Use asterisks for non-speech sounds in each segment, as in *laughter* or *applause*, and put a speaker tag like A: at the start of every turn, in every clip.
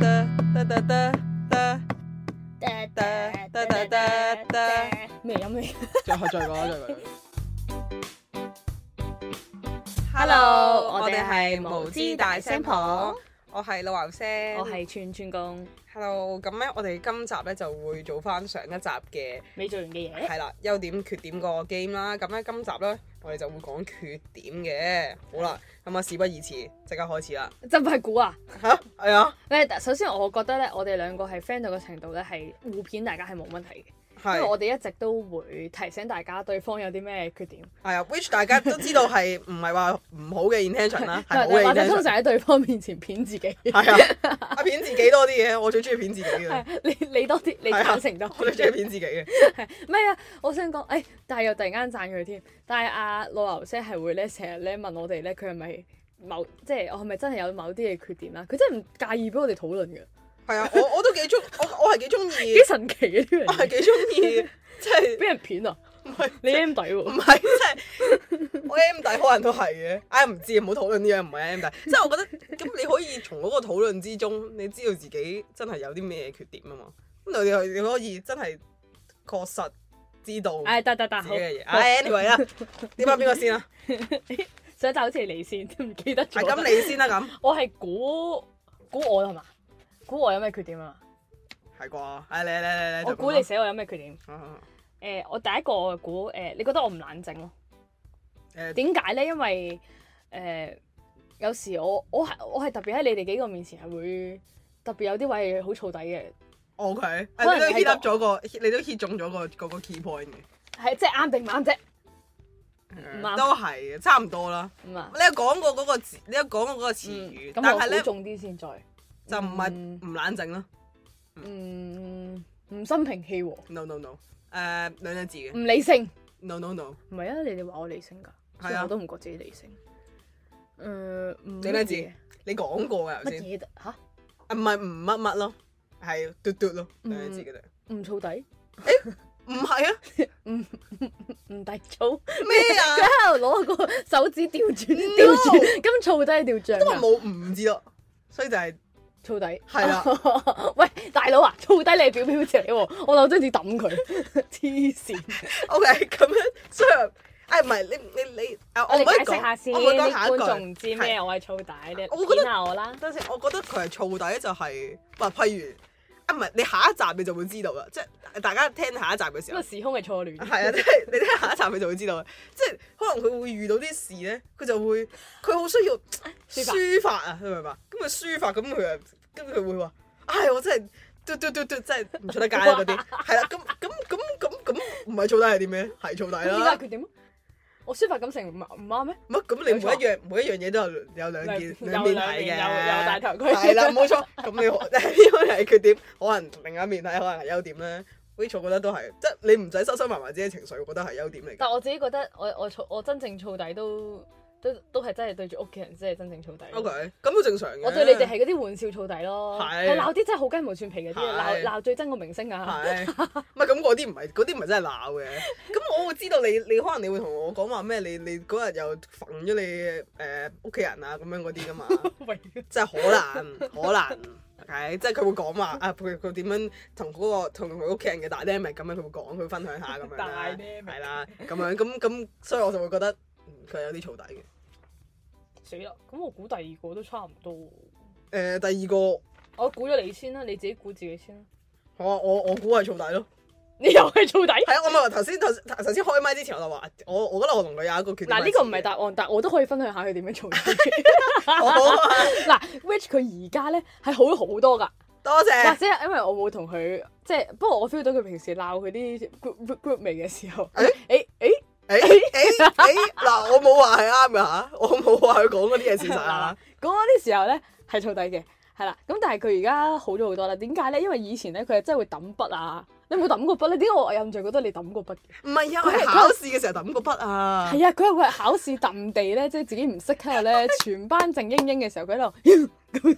A: 得得得得，
B: 噠
A: 噠噠噠噠噠
B: 咩音
A: *laughs*
B: 嚟
A: 再再再講再講。
B: Hello，
A: 我哋係
B: 我哋係
A: 無知大聲婆
B: 無知大聲婆，
A: 我係老牛聲。
B: 我係串串工
A: Hello，咁咧，我哋今集咧就會做翻上一集嘅
B: 未做完嘅嘢，
A: 係啦，優點缺點個 game 啦。咁咧今集咧，我哋就會講缺點嘅。好啦，咁啊事不宜遲，即刻開始啦。
B: 真係估啊！
A: 吓，係啊，
B: 咧，但首先我覺得咧，我哋兩個係 friend 到嘅程度咧，係互片大家係冇問題嘅，因為
A: 係
B: 我哋一直都會提醒大家對方有啲咩缺點，
A: 係啊，which 大家都知道係唔係話唔好嘅 intention
B: *laughs*
A: 啦，係好嘅
B: 或者通
A: intention。
B: 常喺對方面前片
A: *laughs*
B: 自己，
A: 係啊，阿片自己多啲嘅，我最中意片自己嘅，
B: 你你多啲，你
A: 係啊
B: 贊成多
A: 我最
B: 啲
A: 中意。片自己嘅。
B: 咩啊？我想講，誒、但係又突然間讚佢添。但係阿老牛姐係會咧，成日咧問我哋咧，佢係咪某即係我係咪真係有某啲嘅缺點啊啦？佢真係唔介意俾我哋討論嘅，
A: 係啊，我我都幾中，我我係幾中意
B: *laughs* 幾，神奇嘅呢
A: 我
B: 樣嘢
A: 係，幾中
B: *laughs*
A: 意，即係
B: 俾人片啊！
A: 唔係
B: 你 M 底
A: 唔
B: 喎，
A: 係即係我 M 底可能都係嘅，唉唔知唔好討論呢樣唔係啊 M 底，即係我覺得咁你可以從嗰個討論之中，你知道自己真係有啲咩缺點啊嘛，咁你可以你可以真係確實知道
B: 唉得得得，
A: 自
B: 哎好
A: 己，嘅嘢。唉 anyway 啦，點啊邊個
B: *laughs*
A: 先啊？
B: 想但好似係你先，都唔記得咗。
A: 係咁你先啦咁，
B: 我係估估我係嘛？估我有咩缺點啊？
A: 係啩？唉嚟嚟嚟嚟，
B: 我
A: 就咁
B: 估
A: 啦
B: 你寫我有咩缺點？誒、
A: 啊啊
B: 我第一個我估誒、你覺得我唔冷靜咯？
A: 嗯誒
B: 點解咧？因為誒、呃有時我我係我係特別喺你哋幾個面前係會特別有啲位係好燥底嘅，
A: O K，你
B: 可能
A: 都
B: 係
A: hit up
B: 個
A: 咗個，你都 hit 中咗個嗰個 key point
B: 係即係啱定唔啱啫？
A: 嘅，
B: 啱
A: 都係嘅，差唔多啦。
B: 咁啊，
A: 你有講過嗰個字，你有講過嗰個詞
B: 嗯
A: 語，
B: 咁
A: 但
B: 我
A: 係咧
B: 好重啲先再，
A: 就唔係
B: 嗯
A: 唔冷靜啦。
B: 嗯，唔心平氣和，
A: No no no，誒兩隻字嘅
B: 唔理性，
A: no no no，
B: 唔係啊？你哋話我理性㗎，
A: 係啊
B: 所以我都唔覺自己理性。誒、唔
A: 你咩字
B: 乜嘢
A: 你講過嘅頭
B: 乜
A: 先，
B: 嘢得嚇？
A: 啊唔係唔乜乜咯，係啊嘟嘟咯，
B: 嗯
A: 兩隻字嘅啫。
B: 唔燥底，
A: 唔係啊，
B: 唔抵燥，
A: 咩啊
B: *laughs* 佢？喺度攞個手指調轉調轉，咁燥底係調轉
A: 都話
B: 㗎，
A: 冇唔字咯，所以就係
B: 燥底。
A: 係啦。
B: *laughs* 喂，大佬啊，燥低你表表姐喎，我攞張紙抌佢， *laughs* 黐線！
A: O K，咁樣所以，唉唔係你你你，啊
B: 我
A: 我唔可以
B: 哋解
A: 講
B: 釋下先，
A: 我唔可以
B: 啲
A: 講下一句
B: 觀眾唔知咩，我係燥底，你
A: 我覺得
B: 點下我啦。
A: 等陣先，我覺得佢係燥底就係、喂，譬如啊，唔係你下一集你就會知道啦，即係大家聽下一集嘅時
B: 因
A: 候
B: 啊為，時空嘅錯亂，
A: 係啊，即係 *laughs* 你聽下一集你就會知道啦，即係可能佢會遇到啲事咧，佢就會佢好需要
B: 抒發
A: 抒發啊，你明嘛？咁佢抒發，咁佢就跟住佢會話，唉，我真係。嘟嘟嘟嘟，真係唔出得街啦
B: *laughs*
A: 嗰啲，係啦，咁咁咁咁咁唔係燥底係啲咩？係燥底
B: 咁點解
A: 啦，
B: 佢點？啊我抒發感情唔唔啱咩？
A: 乜咁你每一樣每一樣嘢都有有兩件兩
B: 有
A: 面
B: 兩
A: 睇嘅，
B: 面有有大頭佢
A: 係啦，冇錯。咁你
B: *laughs*
A: 可 *laughs* 呢個係缺點，可能另一面睇可能係優點咧。Rachel 覺得都係，即係你唔使收收埋埋自己嘅情緒，我覺得係優點嚟嘅。
B: 但我自己覺得我我燥我真正燥底都都都係真係對住屋企人先係真正燥底。
A: OK，咁都正常嘅。
B: 我對你哋係嗰啲玩笑燥底咯，
A: 係
B: 係鬧啲真係好雞毛蒜皮嗰啲，鬧
A: 係
B: 鬧最憎個明星啊！
A: 係，唔係咁嗰啲唔係嗰啲唔係真係鬧
B: *laughs*
A: 嘅。咁我會知道你你可能你會同我講話咩？你你嗰日又憤咗你誒屋企人啊咁樣嗰啲噶嘛。
B: *laughs* 喂，
A: 即係可能， *laughs* 可能，OK，即係佢會講話啊，佢佢點樣同嗰、個同佢屋企人嘅大 d 咪咁樣，佢會講，佢會分享下咁樣
B: 大 *laughs*
A: 啦，
B: dynamic
A: 係啦，咁樣咁咁，所以我就會覺得嗯佢、有啲燥底嘅。誒、
B: 死啦！咁我估第二個都差唔多。
A: 呃第二個，
B: 我估咗你先啦，你自己估自己先啦。 *laughs*
A: 我我我估係燥底咯。
B: 你又係燥底？
A: 係啊，我咪話頭先頭頭頭先開麥之前我就話，我我覺得我同佢有一個決定。
B: 嗱，呢個唔係答案，但我都可以分享下佢點樣做。
A: *laughs* 好啊
B: *laughs* 嗱，which 佢而家咧係好好多噶，
A: 多
B: 或
A: 謝。
B: 者係因為我冇同佢，即係不過我 feel 到佢平時鬧佢啲 group group group 味嘅時候，
A: 誒
B: 誒誒
A: 誒誒誒，嗱，我冇話係啱㗎嚇，我冇話佢講嗰啲嘢事實
B: 嗱 *laughs*
A: 啊。
B: 嗰啲時候咧係燥底嘅，係啦。咁但係佢而家好咗好多啦。點解咧？因為以前咧佢係真係會抌筆啊。你有冇抌過筆咧？點解我印象覺得你抌過筆嘅？
A: 唔係啊，我
B: 佢係
A: 係考試嘅時候抌個筆啊。
B: *laughs* 係啊，佢係會考試揼地咧，即係自己唔識喺度
A: *laughs*
B: 咧，全班靜英英嘅時候，佢喺度好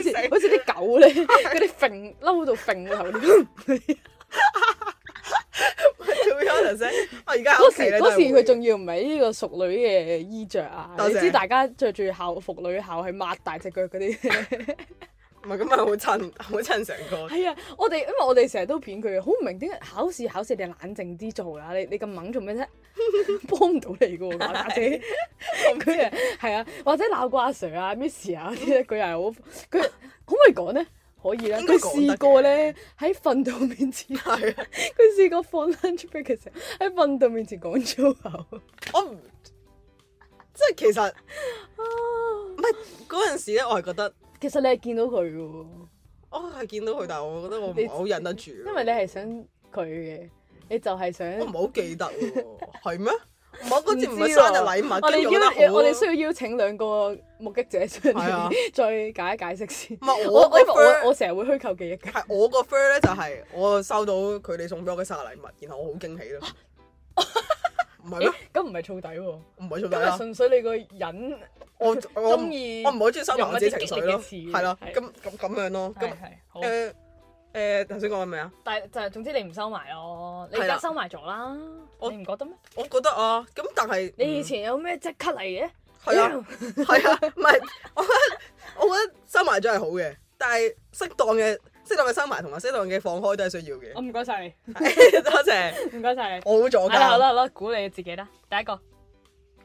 B: 似好似啲狗咧， *laughs* 嗰啲揈嬲到
A: *laughs*
B: 揈個頭。
A: To be honest 咧我而家喺屋
B: 嗰
A: 企
B: 時
A: 咧
B: 嗰時佢
A: 仲
B: 仲要唔係呢個淑女嘅衣着啊，
A: 多謝
B: 你知大家着住校服女校係抹大隻腳嗰啲，
A: 唔係咁咪好襯，好襯成個。
B: 係啊，我哋因為我哋成日都騙佢嘅，好唔明點解考試考試你冷靜啲做啦，你你咁猛做咩啫？ *laughs* 幫唔到你嘅
A: *laughs*
B: 喎，個阿姐，佢啊係啊，或者鬧過阿 Sir 啊、Miss 啊嗰啲咧，佢又係好，佢可唔可以講咧？可以啦，
A: 嗯應該
B: 佢
A: 講得
B: 試
A: 嘅
B: 過咧喺訓導面前， *laughs* 佢
A: 係啊，
B: 試過放 lunch break 嘅時候喺訓導面前講粗口。
A: 我唔即係其實
B: 啊！
A: 唔係嗰陣時咧，我係覺得
B: 其實你係見到佢嘅喎，
A: 我係見到佢，但係我覺得我唔
B: 你
A: 係好忍得住。啊
B: 因為你係想佢嘅，你就係想。
A: 我唔係好記得喎，係咩？唔係嗰次唔係
B: 知喎啊
A: 生日禮物，跟
B: 我哋
A: 住我覺得
B: 邀
A: 好啊
B: 我哋需要邀請兩個目擊者出
A: 係啊
B: 嚟， *laughs* 再解一解釋先
A: 唔。係
B: 我
A: 我
B: 我因為
A: 個
B: 我
A: friend
B: 我成日會虛構記憶㗎，
A: 係我個 friend 咧，就係我收到佢哋送俾我嘅生日禮物，然後我好驚
B: *laughs*
A: 喜咯。唔係咩？
B: 咁唔係燥底喎，
A: 唔係做咩
B: 咁係
A: 啊？
B: 純粹你個人
A: 我我唔
B: 中意
A: 我唔係好中意收埋我自己情緒咯，
B: 用一啲激烈嘅詞
A: 係啦，
B: 係
A: 咁咁咁樣咯，咁
B: 係係好，
A: 誒誒頭先講緊咩啊？
B: 但係就係總之你唔收埋咯，你
A: 係
B: 而
A: 啦
B: 家收埋咗啦，
A: 我
B: 你唔覺得咩？
A: 我覺得啊，咁但係
B: 你以前有咩即刻嚟嘅？
A: 係
B: *laughs*
A: 啊，係啊，唔係我覺得我覺得收埋咗係好嘅，但係適當嘅適當嘅收埋同埋適當嘅放開都係需要嘅
B: 我。唔該晒你，
A: *laughs* 多謝，
B: 唔該晒你。
A: 我好咗
B: 哦係啦好啦
A: 㗎。
B: 好啦，估你自己啦，第一個好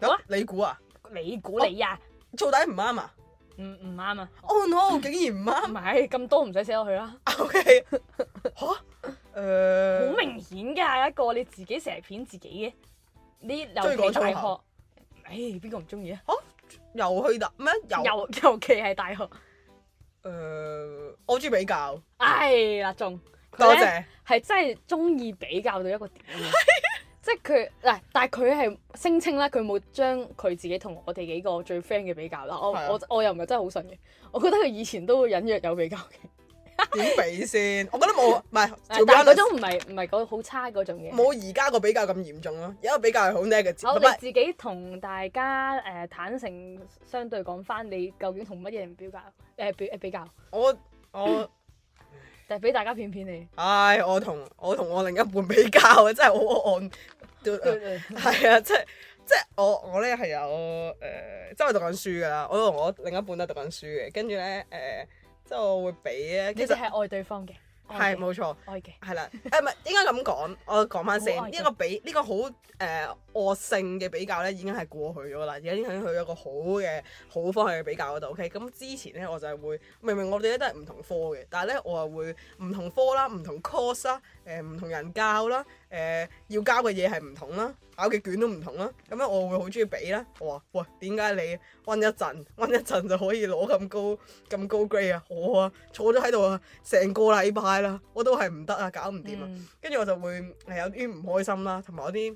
A: 咁
B: 啊
A: 你估啊？
B: 你估你呀，
A: 做底唔啱啊
B: 唔唔啱啊，
A: ？Oh no！竟 *laughs* 然唔啱。
B: 唔 *laughs* 係咁多唔使寫落去啦。
A: OK，吓？呃誒，
B: 好明顯㗎，係一個你自己成日騙自己嘅。你
A: 中意
B: 尤
A: 講
B: 其大
A: 粗
B: 學
A: 口，
B: 誒邊個唔中意啊？
A: 又去打咩？又
B: 尤尤其係大學，
A: 誒，呃我中意比較。
B: 唉嗱中，佢
A: 多
B: 咧
A: 謝。啊
B: 係真係中意比較到一個點嘅，即係佢嗱，但係佢係聲稱啦，佢冇將佢自己同我哋幾個最 friend 嘅比較啦。我
A: 係啊
B: 我我又唔係真係好信嘅，我覺得佢以前都會隱約有比較嘅，
A: 點比先？我覺得冇，唔係，
B: *laughs* 但係嗰種唔係唔係嗰好差嗰種嘅。
A: 冇而家個比較咁嚴重咯。而家個比較係好 negative，
B: 好，
A: 唔
B: 你
A: 係
B: 自己同大家誒、呃坦誠相對講翻，你究竟同乜嘢人比較？誒、呃比誒比較，
A: 我我
B: 但係俾大家騙騙
A: *laughs*
B: 你。
A: 唉，我同我同我另一半比較啊，真係好按
B: 對
A: 係
B: *laughs* 對
A: 啊，即係即係我我咧係有誒，即係我讀緊書㗎啦。我同我另一半都係讀緊書嘅，跟住咧誒，即係我會比咧，
B: 你
A: 其
B: 哋
A: 實
B: 係愛對方嘅，愛
A: 係
B: 嘅
A: 冇錯。
B: 愛嘅。
A: 係啦，誒唔係應該咁講，我講翻先，
B: 好愛
A: 呢
B: 嘅
A: 個比呢個好誒惡性嘅比較咧，已經係過去咗啦，而家已經去咗一個好嘅好方向嘅比較嗰度。OK，咁之前咧我就係會明明我哋咧都係唔同科嘅，但係咧我係會唔同科啦、唔同 course 啦、誒唔同人教啦、誒、要交嘅嘢係唔同啦，考嘅卷都唔同啦，咁樣我會好中意比啦。我話喂，點解你温一陣温一陣就可以攞咁高咁高 grade 啊？我啊坐咗喺度啊，成個禮拜啦，我都係唔得啊，搞唔掂啊。
B: 嗯，
A: 跟住我就會係有啲唔開心啦，同埋有啲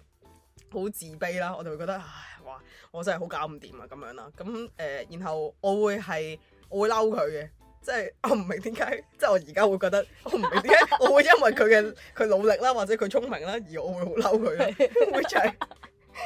A: 好自卑啦，我就會覺得唉，哇，我真係好搞唔掂啊咁樣啦。咁誒、呃然後我會係我會嬲佢嘅，即係 *laughs* 我唔明點解，即係我而家會覺得 *laughs* 我唔明點解我會因為佢嘅 *laughs* 佢努力啦，或者佢聰明啦，而我會好嬲佢啦，會就係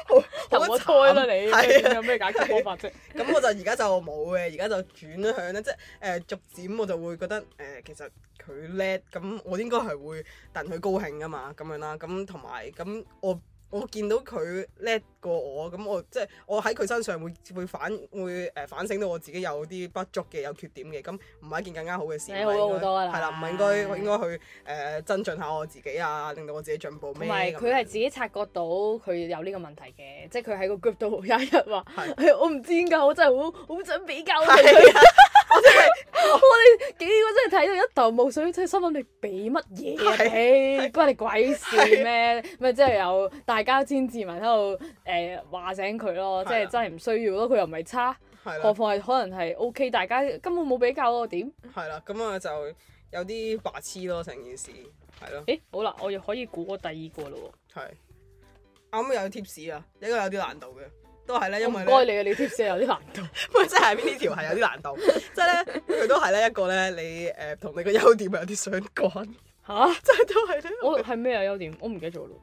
A: 好
B: 投
A: 好
B: 我胎
A: 慘
B: 啦你，
A: 係啊
B: 有咩解決方法啫？ *laughs*
A: 咁我就而家就冇嘅，而家就轉向咧，即係誒、呃逐漸我就會覺得誒、呃其實佢叻，咁我應該係會戥佢高興噶嘛，咁樣啦，咁同埋咁我我見到佢叻過我，咁我即係我喺佢身上會會反會誒、呃反省到我自己有啲不足嘅，有缺點嘅，咁唔係一件更加好嘅事，
B: 你好咗好多
A: 係
B: 啦
A: 啦，唔係應該我應該去誒、呃增進下我自己啊，令到我自己進步
B: 同
A: 咩？
B: 埋
A: 咁
B: 佢
A: 樣
B: 係自己察覺到佢有呢個問題嘅，即係佢喺個 group 度有一日話：
A: 係
B: 哎我唔知點解，我真係好好想比較佢。
A: 係啊，
B: 我哋幾個真係睇到一頭霧水，真係心諗你俾乜嘢啊你？關你鬼事咩？咪即係有大家先至埋喺度誒話醒佢咯，
A: 係啊
B: 即係真係唔需要咯，佢又唔係差，
A: 係啦
B: 何。況係可能係 O K，大家根本冇比較咯點？
A: 係啦，咁啊就有啲白痴咯，成件事係咯，
B: 誒好啦，我又可以估我第二個咯
A: 係啱啱有 tips 啊，呢個有啲難度嘅，都係咧，
B: 喎，
A: 因
B: 唔
A: 為
B: 該
A: 咧，
B: 你啊，你 t 寫有啲難度，
A: 喂 *laughs* 即係下邊呢條係有啲難度， *laughs* 即係咧佢都係咧一個咧你誒同你個優點有啲相關， *laughs*
B: 吓？
A: 即係都係咧
B: 我係咩啊優點？我唔記得咗咯。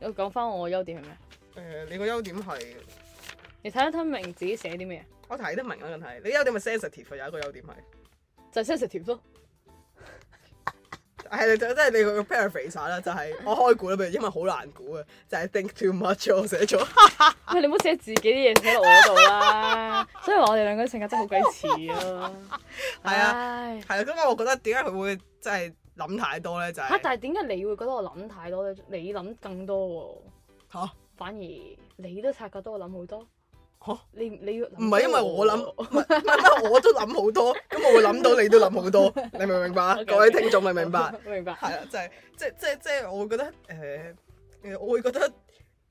B: 我講翻我優點係咩？
A: 誒你個優點係
B: 你睇一睇明自己寫啲咩啊？
A: 我睇得明啦，梗係你優點係 sensitive 啊有一個優點係
B: 就係 sensitive 咯。
A: 係你就即係你個 paraphrase 啦，就
B: *laughs*
A: 係我開估啦，譬如因為好難估啊，就係 think too much 我寫
B: *laughs*
A: 咗，啊
B: 喂，你唔好寫自己啲嘢寫落我嗰度
A: *laughs*
B: 啦。所以話我哋兩個性格真係好鬼似咯。
A: 係啊
B: 唉。
A: 係啦，咁啊我覺得點解佢會即係諗太多咧？就
B: 嚇！
A: 係
B: 啊但係點解你會覺得我諗太多咧？你諗更多喎。
A: 嚇
B: 反而你都察覺到我諗好多。
A: 嚇
B: 你你要諗
A: 唔係因為
B: 多
A: 我諗，
B: 喎
A: 唔係唔係因為我都諗好 *laughs* 多，咁我會諗到你都諗好多，你明唔明白啊？ *laughs*
B: OK，OK
A: 各位聽眾明唔明白？？
B: *laughs* 明白。
A: *laughs* 係啦，就係即即即係我會覺得誒誒、呃我會覺得誒、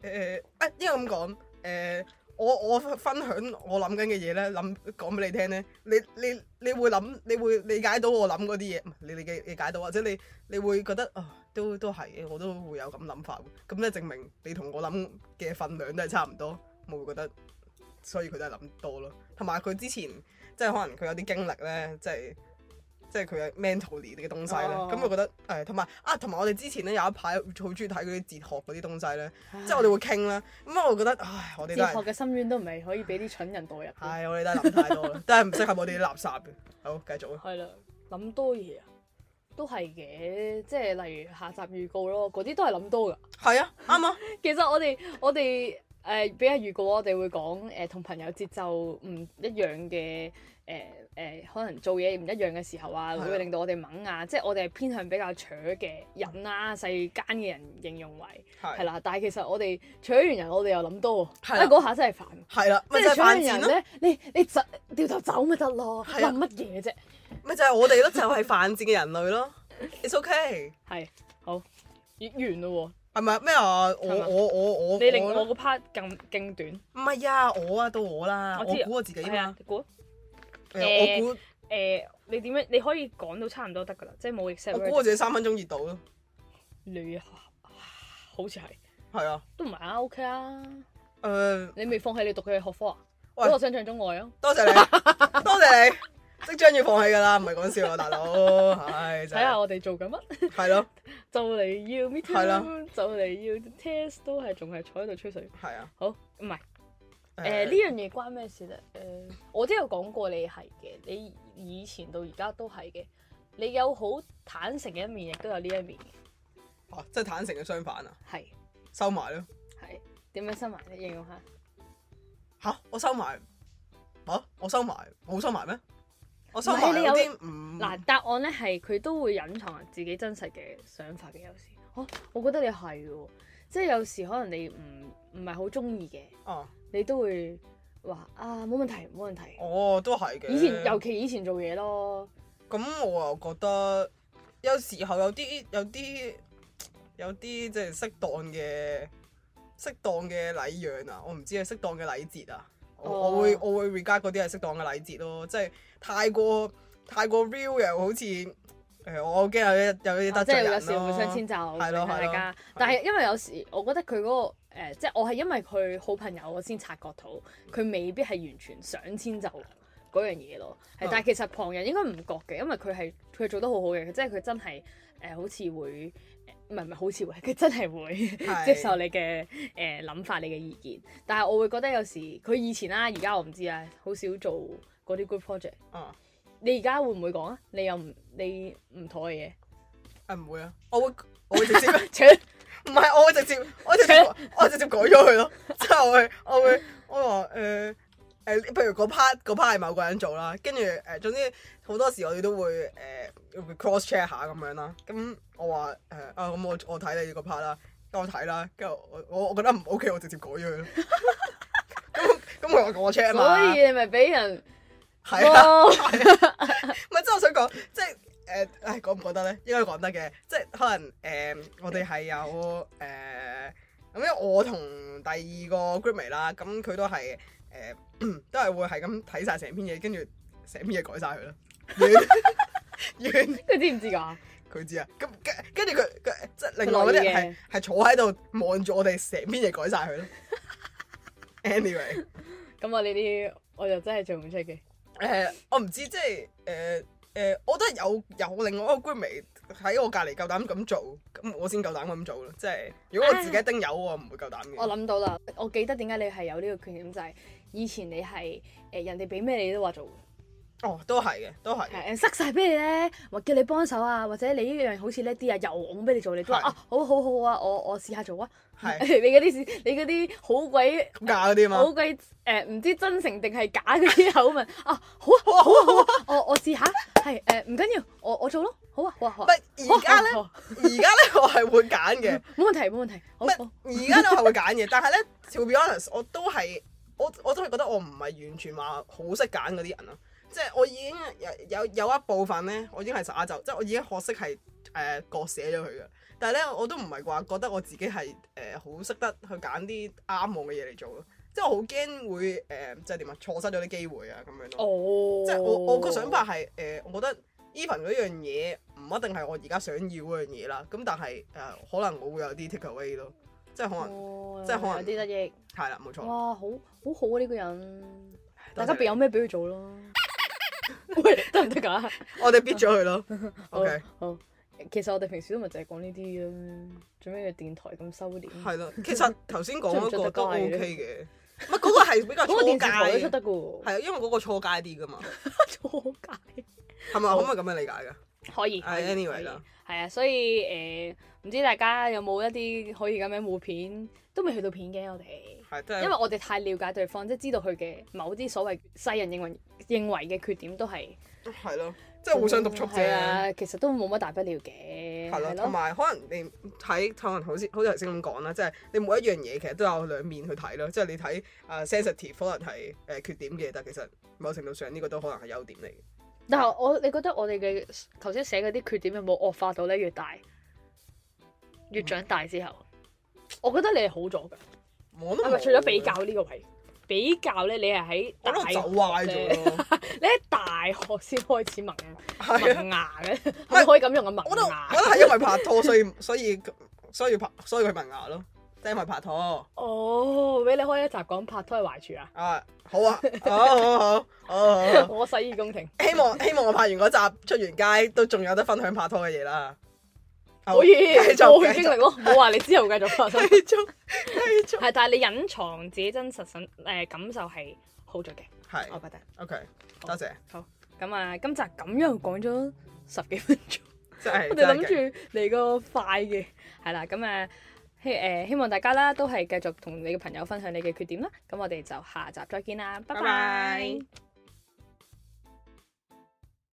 A: 呃、啊，因為咁講誒，呃我我分享我諗緊嘅嘢咧，諗講俾你聽咧，你你你會諗，你會理解到我諗嗰啲嘢，唔係你理解理解到，或者你你會覺得啊，都都係嘅，我都會有咁諗法喎，咁咧證明你同我諗嘅份量都係差唔多，我會覺得，所以佢都係諗多咯，同埋佢之前即係可能佢有啲經歷咧，即係。即係佢嘅 mentally 嘅東西咧，
B: 哦
A: 咁、我覺得誒，同埋啊，同埋我哋之前咧有一排好中意睇嗰啲哲學嗰啲東西咧，即係我哋會傾啦。咁我覺得，唉，我哋都
B: 啊哲學
A: 係，
B: 嘅深淵都唔係可以俾啲蠢人代入嘅。
A: 唉，我哋都係諗太
B: *laughs*
A: 多啦，都係唔適合我哋啲垃圾嘅。好，繼續啊。
B: 係啦，諗多嘢啊，都係嘅。即係例如下集預告咯，嗰啲都係諗多㗎。 *laughs*
A: 係啊，啱啊，
B: 其實我哋我哋誒俾下預告，我哋會講誒同朋友節奏唔一樣嘅誒誒，可能做嘢唔一樣嘅時候啊，
A: 係啊
B: 會令到我哋猛啊，即係我哋係偏向比較扯嘅人啦、世間嘅人形容為係
A: 係
B: 啦，但係其實我哋扯完人，我哋又諗多喎，
A: 係啦
B: 啊嗰下真係煩。
A: 係啦，
B: 即
A: 咪就
B: 係
A: 係
B: 扯完
A: 犯賤
B: 人
A: 咯，
B: 咧，你你就掉頭走咪得咯，
A: 係啊
B: 諗乜嘢啫？
A: 咪就係我哋咯，就係犯賤嘅人類咯。It's okay，
B: 係好，完完咯
A: 係咪咩啊？我
B: 係嘛
A: 我我我
B: 喎！你令我
A: 我
B: 個 part 勁勁短，
A: 唔係啊，我啊到我啦，
B: 我
A: 我
B: 知
A: 估我自己
B: 係啊
A: 嘛，，
B: 你估？
A: 誒我估
B: 誒、你點樣？你可以講到差唔多得㗎啦，即係冇 except
A: 我估我自己三分鐘熱度咯，
B: 你好似係
A: 係啊，
B: 都唔係啊，OK 啊，
A: 誒
B: 你未放棄你讀嘅學科啊？
A: 喂
B: 嗰個想象中愛啊，
A: 多
B: *laughs*
A: 謝你，多謝你。即將要放棄㗎啦，唔係講笑啊，大
B: *laughs*
A: 佬，唉，真
B: 睇下
A: 係，
B: 我哋做緊乜，
A: 係咯，
B: 就
A: *laughs*
B: 嚟要 me
A: 係啦
B: too，就嚟要 test 都係仲係坐喺度吹水。
A: 係啊，
B: 好，唔係呃誒呢樣嘢關咩事咧？誒、我都有講過你係嘅，你以前到而家都係嘅，你有好坦誠嘅一面，亦都有呢一面嘅，
A: 啊，即係坦誠嘅相反啊，
B: 係
A: 收埋咯。
B: 係點樣收埋咧？形容下。
A: 吓、我收埋吓、我收埋，冇收埋咩？我收
B: 唔
A: 埋
B: 係你
A: 有
B: 有
A: 啲唔
B: 嗱，答案咧係佢都會隱藏自己真實嘅想法嘅，有時，哦，我覺得你係喎，即係有時可能你唔唔係好中意嘅，
A: 哦，
B: 你都會話啊冇問題冇問題。
A: 我哦都係嘅。
B: 以前尤其以前做嘢咯，
A: 咁，我又覺得有時候有啲有啲有啲即係適當嘅適當嘅禮讓啊，我唔知係適當嘅禮節啊。我、
B: 哦
A: 我會我會 regard 嗰啲係適當嘅禮節咯，即係太過太過 real 又好似誒、我驚有啲有啲
B: 啊
A: 得
B: 即
A: 罪
B: 係有
A: 人
B: 時互相遷
A: 咯。
B: 就，
A: 係咯係
B: 明白大
A: 咯
B: 家。但係因為有時我覺得佢嗰、個、呃、即係我係因為佢好朋友，我先察覺到佢未必係完全想遷就嗰樣嘢咯。係
A: 嗯，
B: 但係其實旁人應該唔覺嘅，因為佢係佢做得好好嘅，即係佢真係誒、呃好似會。呃唔係唔係，好似會，佢真係會
A: 係
B: *laughs* 接受你嘅誒諗法、你嘅意見。但係我會覺得有時佢以前啦，而家我唔知啊，好少做嗰啲 group project。
A: 嗯
B: 你而家會唔會講啊？你又唔你唔妥嘅
A: 誒唔會啊，我會我會直接。
B: 嘢，切
A: 唔係，我會直
B: *laughs*
A: 接，我直接，
B: 啊
A: 我直接改咗佢咯。 *laughs* 即係我會，我會，我話呃誒誒，譬如嗰 part 嗰 part 係某個人做啦，跟住誒，總之好多時我哋都會誒、會 cross check 下咁樣啦。咁我話誒、啊，咁我我睇你個 part 啦，咁我睇啦，跟住我我我覺得唔 OK，我直接改咗
B: *laughs*
A: 佢咯。咁咁佢話我 check 啊
B: 所
A: 嘛，
B: 以你咪俾人
A: 係啊。
B: 哇
A: 唔係，即係我想講，即係誒，唉、講唔講得咧？應該講得嘅，即係可能誒、我哋係有誒，呃咁、因為我同第二個 groupmate 啦，咁佢都係誒、都係會係咁睇晒成篇嘢，跟住成篇嘢改晒佢啦。完完，
B: 佢知唔知㗎？
A: 佢知啊。咁跟跟住佢佢即係另外嗰啲人
B: 佢樂意
A: 係係坐喺度望住我哋成篇嘢改晒佢咯。anyway。
B: 咁我呢啲我就真係做唔出嘅。
A: 誒、呃我唔知，即係誒誒，我覺得有有另外一個 groupmate 喺我隔離夠膽咁做，咁我先夠膽咁做咯。即係如果我自己丁友，我唔會夠膽嘅。
B: 我諗到啦，我記得點解你係有呢個缺點就係、以前你係誒、人哋俾咩你都話做嘅，
A: 哦，都係嘅，都係嘅。
B: 係誒塞晒俾你咧，或叫你幫手啊，或者你呢樣好似叻啲啊，又㧬俾你做，你都話
A: 係
B: 啊好好好啊，我我試下做啊。
A: 係
B: *laughs* 你嗰啲事你嗰啲好鬼
A: 咁啊假嗰啲嘛
B: 好，鬼誒唔知真誠定係假嗰啲口吻啊，好啊好
A: *laughs*
B: 啊好啊，我我試下係誒唔緊要，我我做咯，好啊好啊好
A: 唔
B: 啊。
A: 係而家咧，
B: 好啊
A: 而家咧我係會揀嘅，
B: 冇問題冇問題，
A: 唔
B: 好
A: 係
B: 好
A: 而家咧我係會揀嘅，但 *laughs* 係咧，to be honest，我都係我我都係覺得我唔係完全話好識揀嗰啲人啊，即係我已經有有有一部分咧，我已經係耍就，即係我已經學識係誒割捨咗佢嘅。但係咧，我都唔係話覺得我自己係誒好識得去揀啲啱我嘅嘢嚟做咯，即係我好驚會誒、即係點啊錯失咗啲機會啊咁樣咯。
B: 哦，
A: 即係我我個想法係誒、我覺得 even 嗰樣嘢唔一定係我而家想要嗰樣嘢啦，咁但係誒、可能我會有啲 take away 咯，即係可能
B: 哦，
A: 即係可能
B: 有啲得益，
A: 係啦，冇錯。
B: 哇好好好啊呢個人。大
A: 多謝
B: 家
A: 你
B: 別有咩俾佢做咯。
A: *laughs*
B: 喂，得唔得㗎？
A: 我哋 bit 咗佢
B: *laughs*
A: 咯。OK，
B: 好。好其實我哋平時都咪就係講呢啲咯，做咩要電台咁收斂？
A: 係咯。其實頭先講嗰
B: 出唔出
A: 個
B: 得
A: 都
B: 街
A: OK
B: 咧
A: 嘅，唔係嗰個係比較
B: *laughs* 嗰個電
A: 初
B: 視台都出
A: 階，
B: 得㗎
A: 係啊，因為嗰個初階啲噶嘛，
B: 喎，錯解
A: 係
B: 哦
A: 咪可唔可以咁樣理解㗎？
B: 可以。
A: 係 anyway
B: 可以
A: 啦，
B: 係啊，所以誒，唔知大家有冇一啲可以咁樣互片，都未去到片嘅我哋。
A: 係真係
B: 因為我哋太了解對方，即係知道佢嘅某啲所謂世人認為認為嘅缺點都係
A: 係咯，即係互相督促
B: 係
A: 啫。
B: 啊，其實都冇乜大不了嘅，
A: 係咯，
B: 係
A: 同
B: 咯，
A: 埋可能你睇，可能好似好似頭先咁講啦，即係你每一樣嘢其實都有兩面去睇咯。即係你睇啊 sensitive 可能係誒缺點嘅，但係其實某程度上呢個都可能係優點嚟嘅。
B: 但係我你覺得我哋嘅頭先寫嗰啲缺點有冇惡化到咧？越大，越長大之後，我覺得你係好咗㗎，
A: 我都
B: 係
A: 冇
B: 咪？除咗比較，呢個位，比較咧，你係喺
A: 我
B: 大
A: 都走壞咗咯。
B: 你喺大學先開始萌 *laughs*
A: 係啊，
B: 萌芽嘅，係咪可以咁用嘅啊萌
A: 我都我
B: 芽？
A: 都係因為拍拖，所以所以所以拍所以佢萌牙咯，即係因為拍拖
B: 哦，俾你開一集講拍拖嘅壞處啊！
A: 啊。好啊，好好好好好好，
B: 我洗耳恭聽。
A: 希望希望我拍完嗰集出完街都仲有得分享拍拖嘅嘢啦。好
B: 可以
A: 啊
B: *laughs*
A: 繼續
B: 過去
A: 繼
B: 經
A: 續
B: 歷咯，冇話你之後繼續
A: *laughs*
B: 發生。
A: 繼續繼續
B: 係，但係你隱藏自己真實神誒、呃感受係好咗嘅，
A: 係
B: 我覺得。
A: OK，
B: 好
A: 多謝，
B: 好，咁啊，今集咁樣講咗十幾分
A: *laughs*
B: 鐘，
A: 真係
B: 我哋諗住嚟個快嘅，係啦，咁啊。希誒希望大家啦，都係繼續同你嘅朋友分享你嘅缺點啦。咁我哋就下集再見啦，
A: 拜
B: 拜
A: 拜
B: 拜。